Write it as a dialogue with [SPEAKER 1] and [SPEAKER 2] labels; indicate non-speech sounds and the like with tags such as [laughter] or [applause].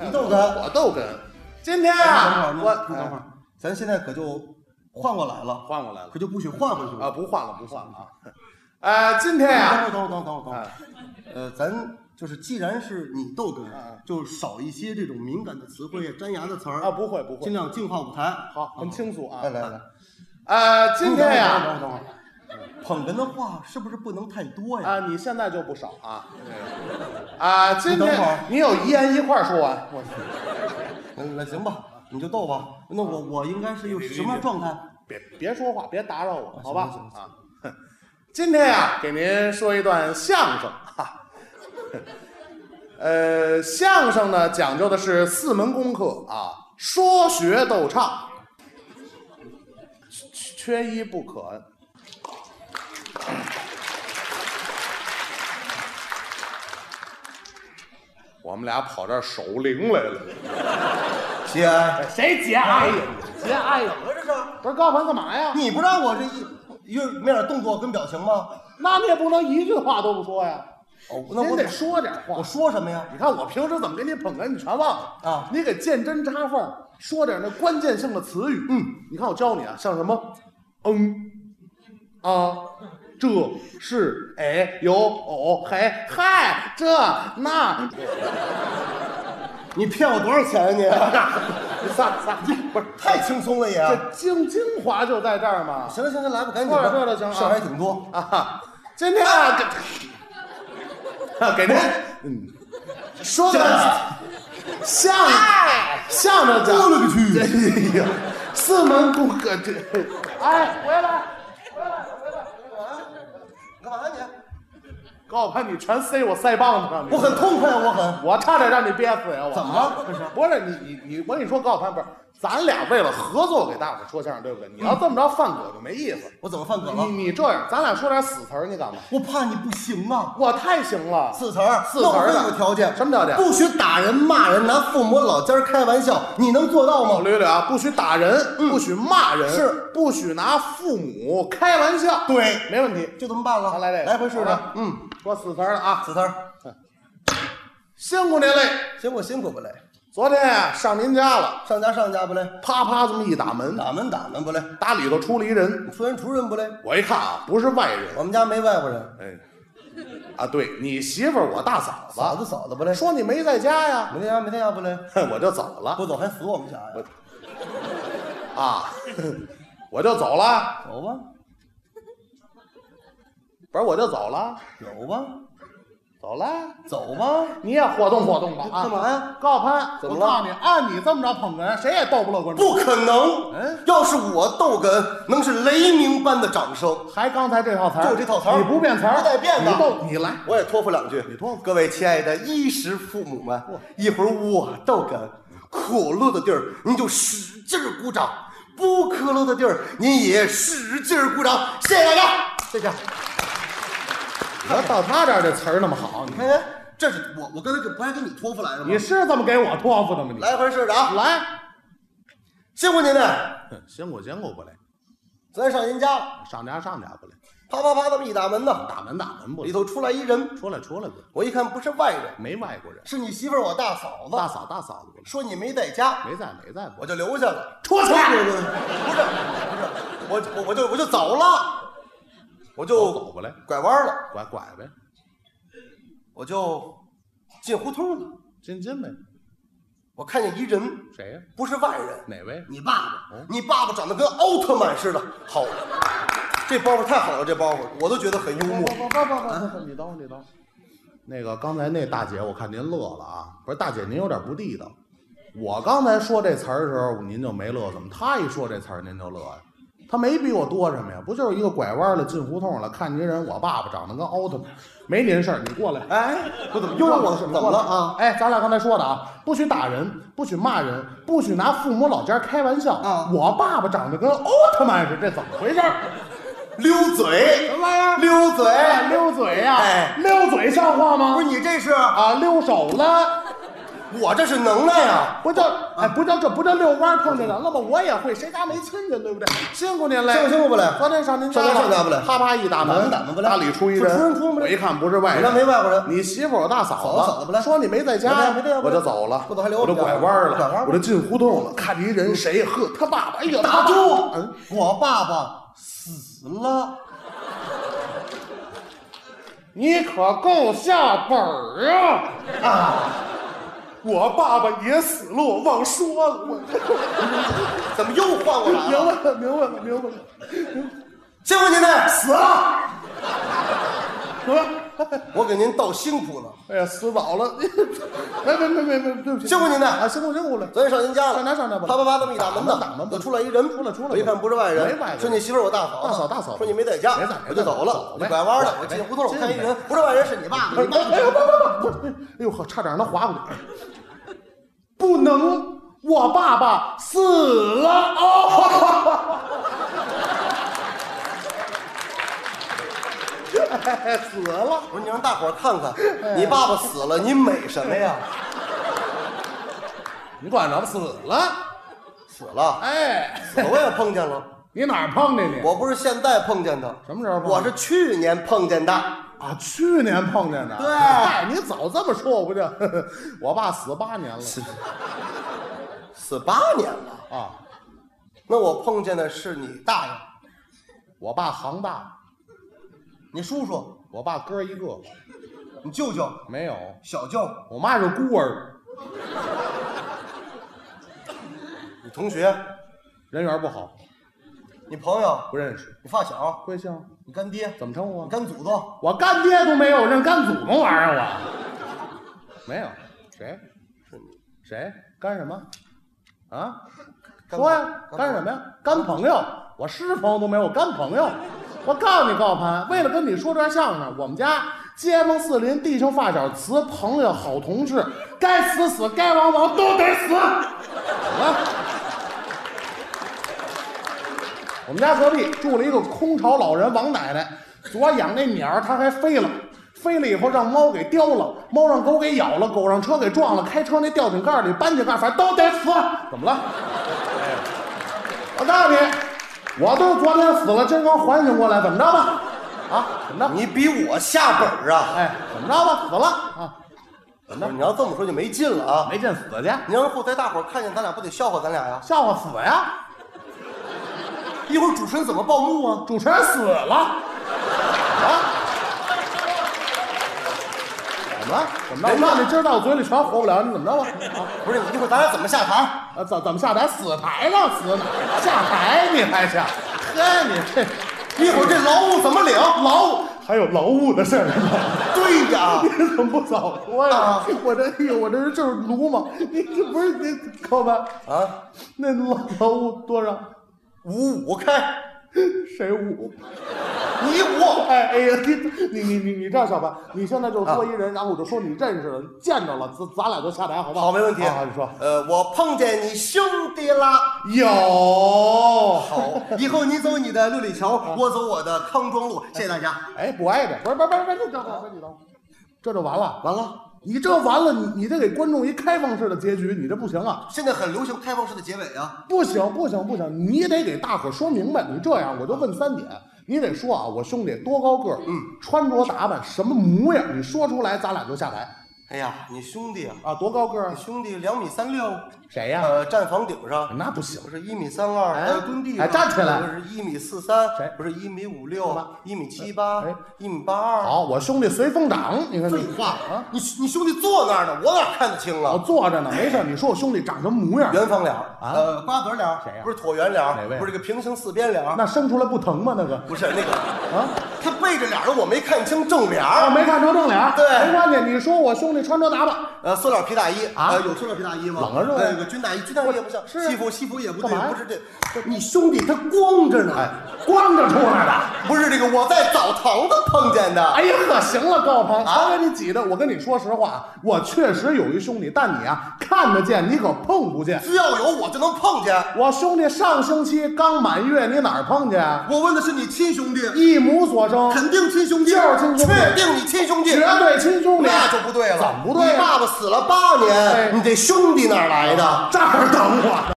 [SPEAKER 1] 你逗哏，
[SPEAKER 2] 哎我逗哏。今天啊，
[SPEAKER 1] 等会
[SPEAKER 2] 我
[SPEAKER 1] 儿，等会儿，咱现在可就换过来
[SPEAKER 2] 哎
[SPEAKER 1] 了，
[SPEAKER 2] 换过来了
[SPEAKER 1] 可就不许换回去了
[SPEAKER 2] 啊，。不换了，不换了
[SPEAKER 1] [laughs]
[SPEAKER 2] 啊。呃，今天呀，
[SPEAKER 1] 等会儿，等会儿，等会儿，等会儿，等会儿
[SPEAKER 2] 啊。
[SPEAKER 1] 呃，咱就是既然是你逗哏
[SPEAKER 2] 嗯，
[SPEAKER 1] 就少一些这种敏感的词汇、粘牙的词儿
[SPEAKER 2] 啊，不会不
[SPEAKER 1] 尽
[SPEAKER 2] 会，
[SPEAKER 1] 量净化舞台。
[SPEAKER 2] 好，很清楚啊
[SPEAKER 1] 来。来来，
[SPEAKER 2] 呃，今天呀，
[SPEAKER 1] 等会儿，等会儿，等会儿捧哏的话是不是不能太多呀？
[SPEAKER 2] 啊，你现在就不少啊。啊，今
[SPEAKER 1] 等会
[SPEAKER 2] 天
[SPEAKER 1] 儿
[SPEAKER 2] 你有一言一块儿说完。
[SPEAKER 1] 我嗯，那行吧，你就逗吧。那我我应该是一个什么样状态？
[SPEAKER 2] 别别说话，别打扰我，好吧？
[SPEAKER 1] 行行
[SPEAKER 2] 啊， [laughs] 今天呀、给您说一段相声哈。呃，相声呢讲究的是四门功课啊，说学逗唱，缺一不可。我们俩跑这儿守灵来了，
[SPEAKER 1] 西安，
[SPEAKER 2] 谁结哎呀，
[SPEAKER 1] 西安，哎呀，合着这
[SPEAKER 2] 不是高鹏干嘛呀？
[SPEAKER 1] 你不让我这一一没点动作跟表情吗？
[SPEAKER 2] 那你也不能一句话都不说呀。
[SPEAKER 1] 哦，
[SPEAKER 2] 那
[SPEAKER 1] 那我
[SPEAKER 2] 我
[SPEAKER 1] 得
[SPEAKER 2] 得说点话
[SPEAKER 1] 我。说什么呀？
[SPEAKER 2] 你看我平时怎么给你捧哏，你全忘了
[SPEAKER 1] 啊
[SPEAKER 2] 你给见针插缝儿，说点那关键性的词语。嗯，你看我教你啊，像什么，嗯，啊，这是哎有哦嘿嗨这那， [laughs]
[SPEAKER 1] 你骗我多少钱啊
[SPEAKER 2] 撒撒不是 [laughs]
[SPEAKER 1] 你？ [laughs] 太轻松了也。啊
[SPEAKER 2] 这精精华就在这儿嘛。
[SPEAKER 1] 行了行了，来吧，赶紧
[SPEAKER 2] 说
[SPEAKER 1] 吧。
[SPEAKER 2] 了说了行啊
[SPEAKER 1] 事儿还
[SPEAKER 2] [laughs]
[SPEAKER 1] 挺多。
[SPEAKER 2] 啊，今天啊给啊给您嗯说个相相声讲，
[SPEAKER 1] 我勒个去
[SPEAKER 2] 哎呀，四门功课这，哎，回来。
[SPEAKER 1] 干嘛你？
[SPEAKER 2] 高攀，你全塞我腮帮子上，你
[SPEAKER 1] 我很痛快，啊我很。
[SPEAKER 2] 我差点让你憋死呀！我
[SPEAKER 1] 怎么了这是
[SPEAKER 2] 不是你你你，我跟你说，高攀不是，咱俩为了合作给大伙说相声，对不对？你要这么着犯葛就没意思。
[SPEAKER 1] 我怎么犯葛
[SPEAKER 2] 你
[SPEAKER 1] 了？
[SPEAKER 2] 你这样，咱俩说点死词儿，你敢吗？
[SPEAKER 1] 我怕你不行啊。
[SPEAKER 2] 我太行了，
[SPEAKER 1] 四词儿，
[SPEAKER 2] 四词儿的
[SPEAKER 1] 那我问个条件，
[SPEAKER 2] 什么条件
[SPEAKER 1] 不许打人、骂人、拿父母老家儿开玩笑，你能做到
[SPEAKER 2] 我
[SPEAKER 1] 吗？
[SPEAKER 2] 捋捋啊，不许打人，不许骂人，
[SPEAKER 1] 嗯是
[SPEAKER 2] 不许拿父母开玩笑，
[SPEAKER 1] 对，
[SPEAKER 2] 没问题。
[SPEAKER 1] 就这么办了。
[SPEAKER 2] 咱来这个，
[SPEAKER 1] 来回试
[SPEAKER 2] 好
[SPEAKER 1] 试
[SPEAKER 2] 吧。
[SPEAKER 1] 嗯，，
[SPEAKER 2] 说死词儿了啊，
[SPEAKER 1] 四词儿，
[SPEAKER 2] 辛苦您嘞。
[SPEAKER 1] 辛苦辛苦不嘞？
[SPEAKER 2] 昨天啊上您家了，
[SPEAKER 1] 上家上家不嘞？
[SPEAKER 2] 啪啪这么一打门，
[SPEAKER 1] 打门打门不嘞？
[SPEAKER 2] 打里头出了一人，
[SPEAKER 1] 出人出人不嘞？
[SPEAKER 2] 我一看啊，不是外人，
[SPEAKER 1] 我们家没外国人，
[SPEAKER 2] 哎，啊，对你媳妇儿我大嫂
[SPEAKER 1] 嫂
[SPEAKER 2] 子
[SPEAKER 1] 子嫂子不嘞？
[SPEAKER 2] 说你没在家呀，
[SPEAKER 1] 没在家没在家不嘞？
[SPEAKER 2] 哼我就走了
[SPEAKER 1] 不走还死我们家呀？
[SPEAKER 2] 啊，哼我就走了，
[SPEAKER 1] 走吧，
[SPEAKER 2] 不是我就走了，
[SPEAKER 1] 有吧，
[SPEAKER 2] 走了，
[SPEAKER 1] 走吧。
[SPEAKER 2] 你也活动活动吧啊，
[SPEAKER 1] 干嘛呀？
[SPEAKER 2] 高攀，
[SPEAKER 1] 怎么
[SPEAKER 2] 我
[SPEAKER 1] 了
[SPEAKER 2] 告诉你，按你这么着捧哏，谁也逗不乐观众。
[SPEAKER 1] 不可能！
[SPEAKER 2] 嗯
[SPEAKER 1] 要是我逗哏，能是雷鸣般的掌声。
[SPEAKER 2] 还刚才这套词儿，
[SPEAKER 1] 就这套词儿
[SPEAKER 2] 你不变词儿，
[SPEAKER 1] 不带变的
[SPEAKER 2] 你逗你来。
[SPEAKER 1] 我也托付两句，你托付各位亲爱的衣食父母们，一会儿我逗哏，可乐的地儿您就使劲儿鼓掌，不可乐的地儿您也使劲儿鼓掌。谢谢大家，谢谢。
[SPEAKER 2] 你要到他这儿，这词儿那么好，你
[SPEAKER 1] 你看，这是我，我刚才这不还哎给你托付来的吗
[SPEAKER 2] 你？是这么给我托付的吗？你
[SPEAKER 1] 来回试着啊，
[SPEAKER 2] 来，
[SPEAKER 1] 辛苦您了，
[SPEAKER 2] 辛苦辛苦不来，
[SPEAKER 1] 昨天上您家了，
[SPEAKER 2] 上家上家不来，
[SPEAKER 1] 啪啪啪这么一打门呢，
[SPEAKER 2] 打门打门不
[SPEAKER 1] 里
[SPEAKER 2] 来，
[SPEAKER 1] 头出来一人，
[SPEAKER 2] 出来出来哥，
[SPEAKER 1] 我一看不是外人，
[SPEAKER 2] 没外国人，
[SPEAKER 1] 是你媳妇儿我大嫂子。
[SPEAKER 2] 大嫂大嫂子不来，
[SPEAKER 1] 说你没在家，
[SPEAKER 2] 没在没在不来，
[SPEAKER 1] 我就留下了。
[SPEAKER 2] 出去
[SPEAKER 1] 不是不是，不是，我我我就我就走了，我
[SPEAKER 2] 走哦走
[SPEAKER 1] 就
[SPEAKER 2] 不来，
[SPEAKER 1] 拐弯了，
[SPEAKER 2] 拐拐呗，
[SPEAKER 1] 我就进胡同了。
[SPEAKER 2] 进进呗，
[SPEAKER 1] 我看见一人，
[SPEAKER 2] 谁呀？
[SPEAKER 1] 不是外人，
[SPEAKER 2] 哪位？
[SPEAKER 1] 你爸爸
[SPEAKER 2] 哦，
[SPEAKER 1] 你爸爸长得跟奥特曼似的，好，这包袱太好了，这包袱我都觉得很幽
[SPEAKER 2] 不
[SPEAKER 1] 默。
[SPEAKER 2] 不不不不不，你等会儿，你等会儿。那个刚才那大姐，我看您乐了啊，不是大姐，您有点不地道。我刚才说这词儿的时候，您就没乐，怎么她一说这词儿您就乐呀、她没比我多什么呀，不就是一个拐弯了，进胡同了，看您人，我爸爸长得跟奥特曼，没您事儿，你过来。
[SPEAKER 1] 哎，
[SPEAKER 2] 不怎么
[SPEAKER 1] 又让我
[SPEAKER 2] 什
[SPEAKER 1] 怎么了啊？
[SPEAKER 2] 哎，咱俩刚才说的啊，不许打人，不许骂人，不许拿父母老家开玩笑
[SPEAKER 1] 啊
[SPEAKER 2] 我爸爸长得跟奥特曼似的，这怎么回事儿？
[SPEAKER 1] 溜嘴，
[SPEAKER 2] 什么玩意儿？
[SPEAKER 1] 溜嘴，
[SPEAKER 2] 哎，溜嘴呀、
[SPEAKER 1] 哎
[SPEAKER 2] 溜嘴像话吗？
[SPEAKER 1] 不是你这是 [laughs]
[SPEAKER 2] 啊，溜手了，
[SPEAKER 1] 我这是能耐啊！
[SPEAKER 2] 不叫哎，不叫这不叫遛弯儿碰见人了吗？我也会，谁家没亲戚，对不对？辛苦您嘞，
[SPEAKER 1] 辛苦辛苦不嘞
[SPEAKER 2] 昨天上您家
[SPEAKER 1] 上咱上咱不嘞
[SPEAKER 2] 啪啪一打门，
[SPEAKER 1] 门打门不嘞
[SPEAKER 2] 大里出一
[SPEAKER 1] 出
[SPEAKER 2] 人，
[SPEAKER 1] 人出不嘞
[SPEAKER 2] 我一看不是外
[SPEAKER 1] 你那没
[SPEAKER 2] 人，
[SPEAKER 1] 外国人，
[SPEAKER 2] 你媳妇儿我大
[SPEAKER 1] 嫂子嫂
[SPEAKER 2] 嫂
[SPEAKER 1] 子不嘞
[SPEAKER 2] 说你没在家，
[SPEAKER 1] 没在没在不
[SPEAKER 2] 我
[SPEAKER 1] 嘞
[SPEAKER 2] 就走了，
[SPEAKER 1] 不走还留
[SPEAKER 2] 我就
[SPEAKER 1] 着
[SPEAKER 2] 拐弯儿
[SPEAKER 1] 拐弯
[SPEAKER 2] 了
[SPEAKER 1] 儿，嗯
[SPEAKER 2] 我就进胡同了，看见一人谁，呵，他爸爸，哎呀，
[SPEAKER 1] 大
[SPEAKER 2] 猪，
[SPEAKER 1] 猪，我爸爸死了。
[SPEAKER 2] 你可够下本儿啊！我爸爸也死了，我忘说了，
[SPEAKER 1] [laughs]
[SPEAKER 2] 我
[SPEAKER 1] 怎么又换过来
[SPEAKER 2] 明
[SPEAKER 1] 了？
[SPEAKER 2] 白了，明白了，明白了。
[SPEAKER 1] 辛苦您嘞，死了！
[SPEAKER 2] 哥，
[SPEAKER 1] 我给您道辛苦了，
[SPEAKER 2] 哎呀，死早了！ [laughs] 哎，别别别别，对不起，
[SPEAKER 1] 辛苦您
[SPEAKER 2] 啊，
[SPEAKER 1] 嘞。
[SPEAKER 2] 辛苦辛苦了。
[SPEAKER 1] 昨天上您家了，
[SPEAKER 2] 上哪上哪吧
[SPEAKER 1] 啪啪啪，这么一打门呢，
[SPEAKER 2] 打门打门
[SPEAKER 1] 就出来一人，
[SPEAKER 2] 出来出来
[SPEAKER 1] 我一看不是外人，
[SPEAKER 2] 没外人
[SPEAKER 1] 说你媳妇儿我大嫂，
[SPEAKER 2] 大嫂大嫂
[SPEAKER 1] 说你没在家，
[SPEAKER 2] 别在别在
[SPEAKER 1] 我就走了，
[SPEAKER 2] 走
[SPEAKER 1] 我
[SPEAKER 2] 呗
[SPEAKER 1] 就拐弯了，我
[SPEAKER 2] 走呗
[SPEAKER 1] 进胡同，我看一
[SPEAKER 2] 进
[SPEAKER 1] 人
[SPEAKER 2] 呗，
[SPEAKER 1] 不是外人是你爸爸，
[SPEAKER 2] 哎呦，
[SPEAKER 1] 你爸爸
[SPEAKER 2] 哎呦，不不不不！哎呦呵，差点儿能划过去。不能，我爸爸死了哦！哎死了。
[SPEAKER 1] 我说你让大伙儿看看，你爸爸死了，你美什么呀？
[SPEAKER 2] 你管着死了？
[SPEAKER 1] 死了，
[SPEAKER 2] 哎，
[SPEAKER 1] 死了我也碰见了，
[SPEAKER 2] 你哪儿碰见你？
[SPEAKER 1] 我不是现在碰见的，
[SPEAKER 2] 什么时候碰见
[SPEAKER 1] 我是去年碰见的。
[SPEAKER 2] 啊，去年碰见的。
[SPEAKER 1] 对
[SPEAKER 2] 嗨，你早这么说，我不就 [laughs] 我爸死八年了
[SPEAKER 1] 死八年了，
[SPEAKER 2] 啊！
[SPEAKER 1] 那我碰见的是你大爷，
[SPEAKER 2] 我爸行大，
[SPEAKER 1] 你叔叔，
[SPEAKER 2] 我爸哥一个
[SPEAKER 1] 你舅舅，
[SPEAKER 2] 没有，
[SPEAKER 1] 小舅，
[SPEAKER 2] 我妈是孤儿，
[SPEAKER 1] 你同学，
[SPEAKER 2] 人缘不好，
[SPEAKER 1] 你朋友，
[SPEAKER 2] 不认识。
[SPEAKER 1] 你发小，
[SPEAKER 2] 贵姓？
[SPEAKER 1] 你干爹，
[SPEAKER 2] 怎么称呼啊？
[SPEAKER 1] 你干祖宗，
[SPEAKER 2] 我干爹都没有，认干祖宗玩意儿我。没有，谁？
[SPEAKER 1] 是你
[SPEAKER 2] 谁？干什么？啊？
[SPEAKER 1] 干
[SPEAKER 2] 说呀，
[SPEAKER 1] 干
[SPEAKER 2] 干什么呀？干朋友，我师朋友都没有，我干朋友。我告诉你，高攀，为了跟你说段相声，我们家街坊四邻、弟兄发小、词朋友、好同事，该死死，该亡亡，都得死。啊！我们家隔壁住了一个空巢老人王奶奶，昨养那鸟儿，它还飞了，飞了以后让猫给叼了，猫让狗给咬了，狗让车给撞了，开车那吊井盖里搬井盖，反正都得死。怎么了？我告诉你，我都是昨天死了，今儿刚缓醒过来，怎么着吧？啊，怎么着？
[SPEAKER 1] 你比我下本儿啊！
[SPEAKER 2] 哎，怎么着吧？死了啊，
[SPEAKER 1] 不是你要这么说就没劲了啊！
[SPEAKER 2] 没见死去，
[SPEAKER 1] 你让后台大伙儿看见咱俩，不得笑话咱俩呀？
[SPEAKER 2] 笑话死呀！
[SPEAKER 1] 一会儿主持人怎么报幕啊？
[SPEAKER 2] 主持人死了，啊？怎么了？怎么着？我让你今儿到我嘴里全活不了，你怎么着吧？啊？
[SPEAKER 1] 不是，一会儿咱俩怎么下台？
[SPEAKER 2] 啊，怎怎么下台？死台上死哪儿？下台你还下？呵，你这
[SPEAKER 1] 一会儿这劳务怎么领？
[SPEAKER 2] 劳务还有劳务的事儿呢？
[SPEAKER 1] 对呀，
[SPEAKER 2] 你怎么不早说呀
[SPEAKER 1] 啊？
[SPEAKER 2] 我这哎呦，我这人就是鲁莽。你这不是你高班
[SPEAKER 1] 啊，
[SPEAKER 2] 那劳劳务多少？
[SPEAKER 1] 五五开，
[SPEAKER 2] 谁五？
[SPEAKER 1] 你五，
[SPEAKER 2] 哎哎呀，你你你你你这样，小白，你现在就说一人，然后我就说你认识了，见着了，咱咱俩就下台，好不好？
[SPEAKER 1] 好，没问题。
[SPEAKER 2] 好，啊你说
[SPEAKER 1] 呃，我碰见你兄弟啦。
[SPEAKER 2] 有好。
[SPEAKER 1] 好，以后你走你的六里桥，
[SPEAKER 2] 啊
[SPEAKER 1] 我走我的康庄路。谢谢大家。
[SPEAKER 2] 哎，不挨着，不是，不是，不是，不是，等会儿，你等会儿，这就完了，完了，你这完了，你你这给观众一开放式的结局，你这不行啊，
[SPEAKER 1] 现在很流行开放式的结尾啊，
[SPEAKER 2] 不行，不行，不行，你得给大伙儿说明白，你这样我就问三点，你得说啊，我兄弟多高个儿，嗯，穿着打扮什么模样，你说出来，咱俩就下台
[SPEAKER 1] 哎呀，你兄弟啊，
[SPEAKER 2] 啊，多高个儿
[SPEAKER 1] 你
[SPEAKER 2] 啊？
[SPEAKER 1] 兄弟两米三六，
[SPEAKER 2] 谁哎呀、
[SPEAKER 1] 呃，站房顶上，
[SPEAKER 2] 那不行
[SPEAKER 1] 不。是一米三二，
[SPEAKER 2] 哎
[SPEAKER 1] 呃，蹲地上，
[SPEAKER 2] 哎站起来
[SPEAKER 1] 不是一米四三
[SPEAKER 2] 谁，
[SPEAKER 1] 不是一米五
[SPEAKER 2] 干
[SPEAKER 1] 六
[SPEAKER 2] 嘛，
[SPEAKER 1] 一米七八
[SPEAKER 2] 哎，
[SPEAKER 1] 一米八二。
[SPEAKER 2] 好，我兄弟随风长，你看这
[SPEAKER 1] 废话
[SPEAKER 2] 啊，
[SPEAKER 1] 你你兄弟坐那儿呢，我哪看得清
[SPEAKER 2] 我
[SPEAKER 1] 啊？
[SPEAKER 2] 坐着呢，没事儿。你说我兄弟长什么模样？
[SPEAKER 1] 圆方脸
[SPEAKER 2] 哦啊
[SPEAKER 1] 呃，瓜子脸，
[SPEAKER 2] 谁呀
[SPEAKER 1] 不是椭圆脸，
[SPEAKER 2] 哪位啊
[SPEAKER 1] 不是这个平行四边脸，
[SPEAKER 2] 那生出来不疼吗？那个
[SPEAKER 1] 不是那个，
[SPEAKER 2] 啊，
[SPEAKER 1] 他背着脸儿的，我没看清正脸儿。
[SPEAKER 2] 啊，没看成正脸儿，
[SPEAKER 1] 对
[SPEAKER 2] 没关系。你说我兄弟穿着打扮，
[SPEAKER 1] 呃，塑料皮大衣
[SPEAKER 2] 啊
[SPEAKER 1] 呃有塑料皮大衣吗？
[SPEAKER 2] 冷啊热啊
[SPEAKER 1] 呃有军大衣，军大衣也不像，
[SPEAKER 2] 是啊
[SPEAKER 1] 西服西服也不对，
[SPEAKER 2] 干嘛呀
[SPEAKER 1] 不是这，你兄弟他光哎着呢，
[SPEAKER 2] 光着出来的。
[SPEAKER 1] 不是这个，我在澡堂子碰见的，
[SPEAKER 2] 哎呀呵，行了，高鹏，
[SPEAKER 1] 啊
[SPEAKER 2] 才给你挤的。我跟你说实话啊，我确实有一兄弟，但你啊看得见，你可碰不见。
[SPEAKER 1] 只要有我就能碰见。
[SPEAKER 2] 我兄弟上星期刚满月，你哪儿碰见啊？
[SPEAKER 1] 我问的是你亲兄弟，
[SPEAKER 2] 一母所生，
[SPEAKER 1] 肯定亲兄弟，
[SPEAKER 2] 就是亲兄弟
[SPEAKER 1] 确定你亲兄弟，
[SPEAKER 2] 绝对亲兄弟，
[SPEAKER 1] 那就不对了。
[SPEAKER 2] 怎么不对
[SPEAKER 1] 你
[SPEAKER 2] 呀、
[SPEAKER 1] 爸爸死了八
[SPEAKER 2] 哎
[SPEAKER 1] 年，你这兄弟哪儿来
[SPEAKER 2] 啊
[SPEAKER 1] 的？
[SPEAKER 2] 这儿等我呢。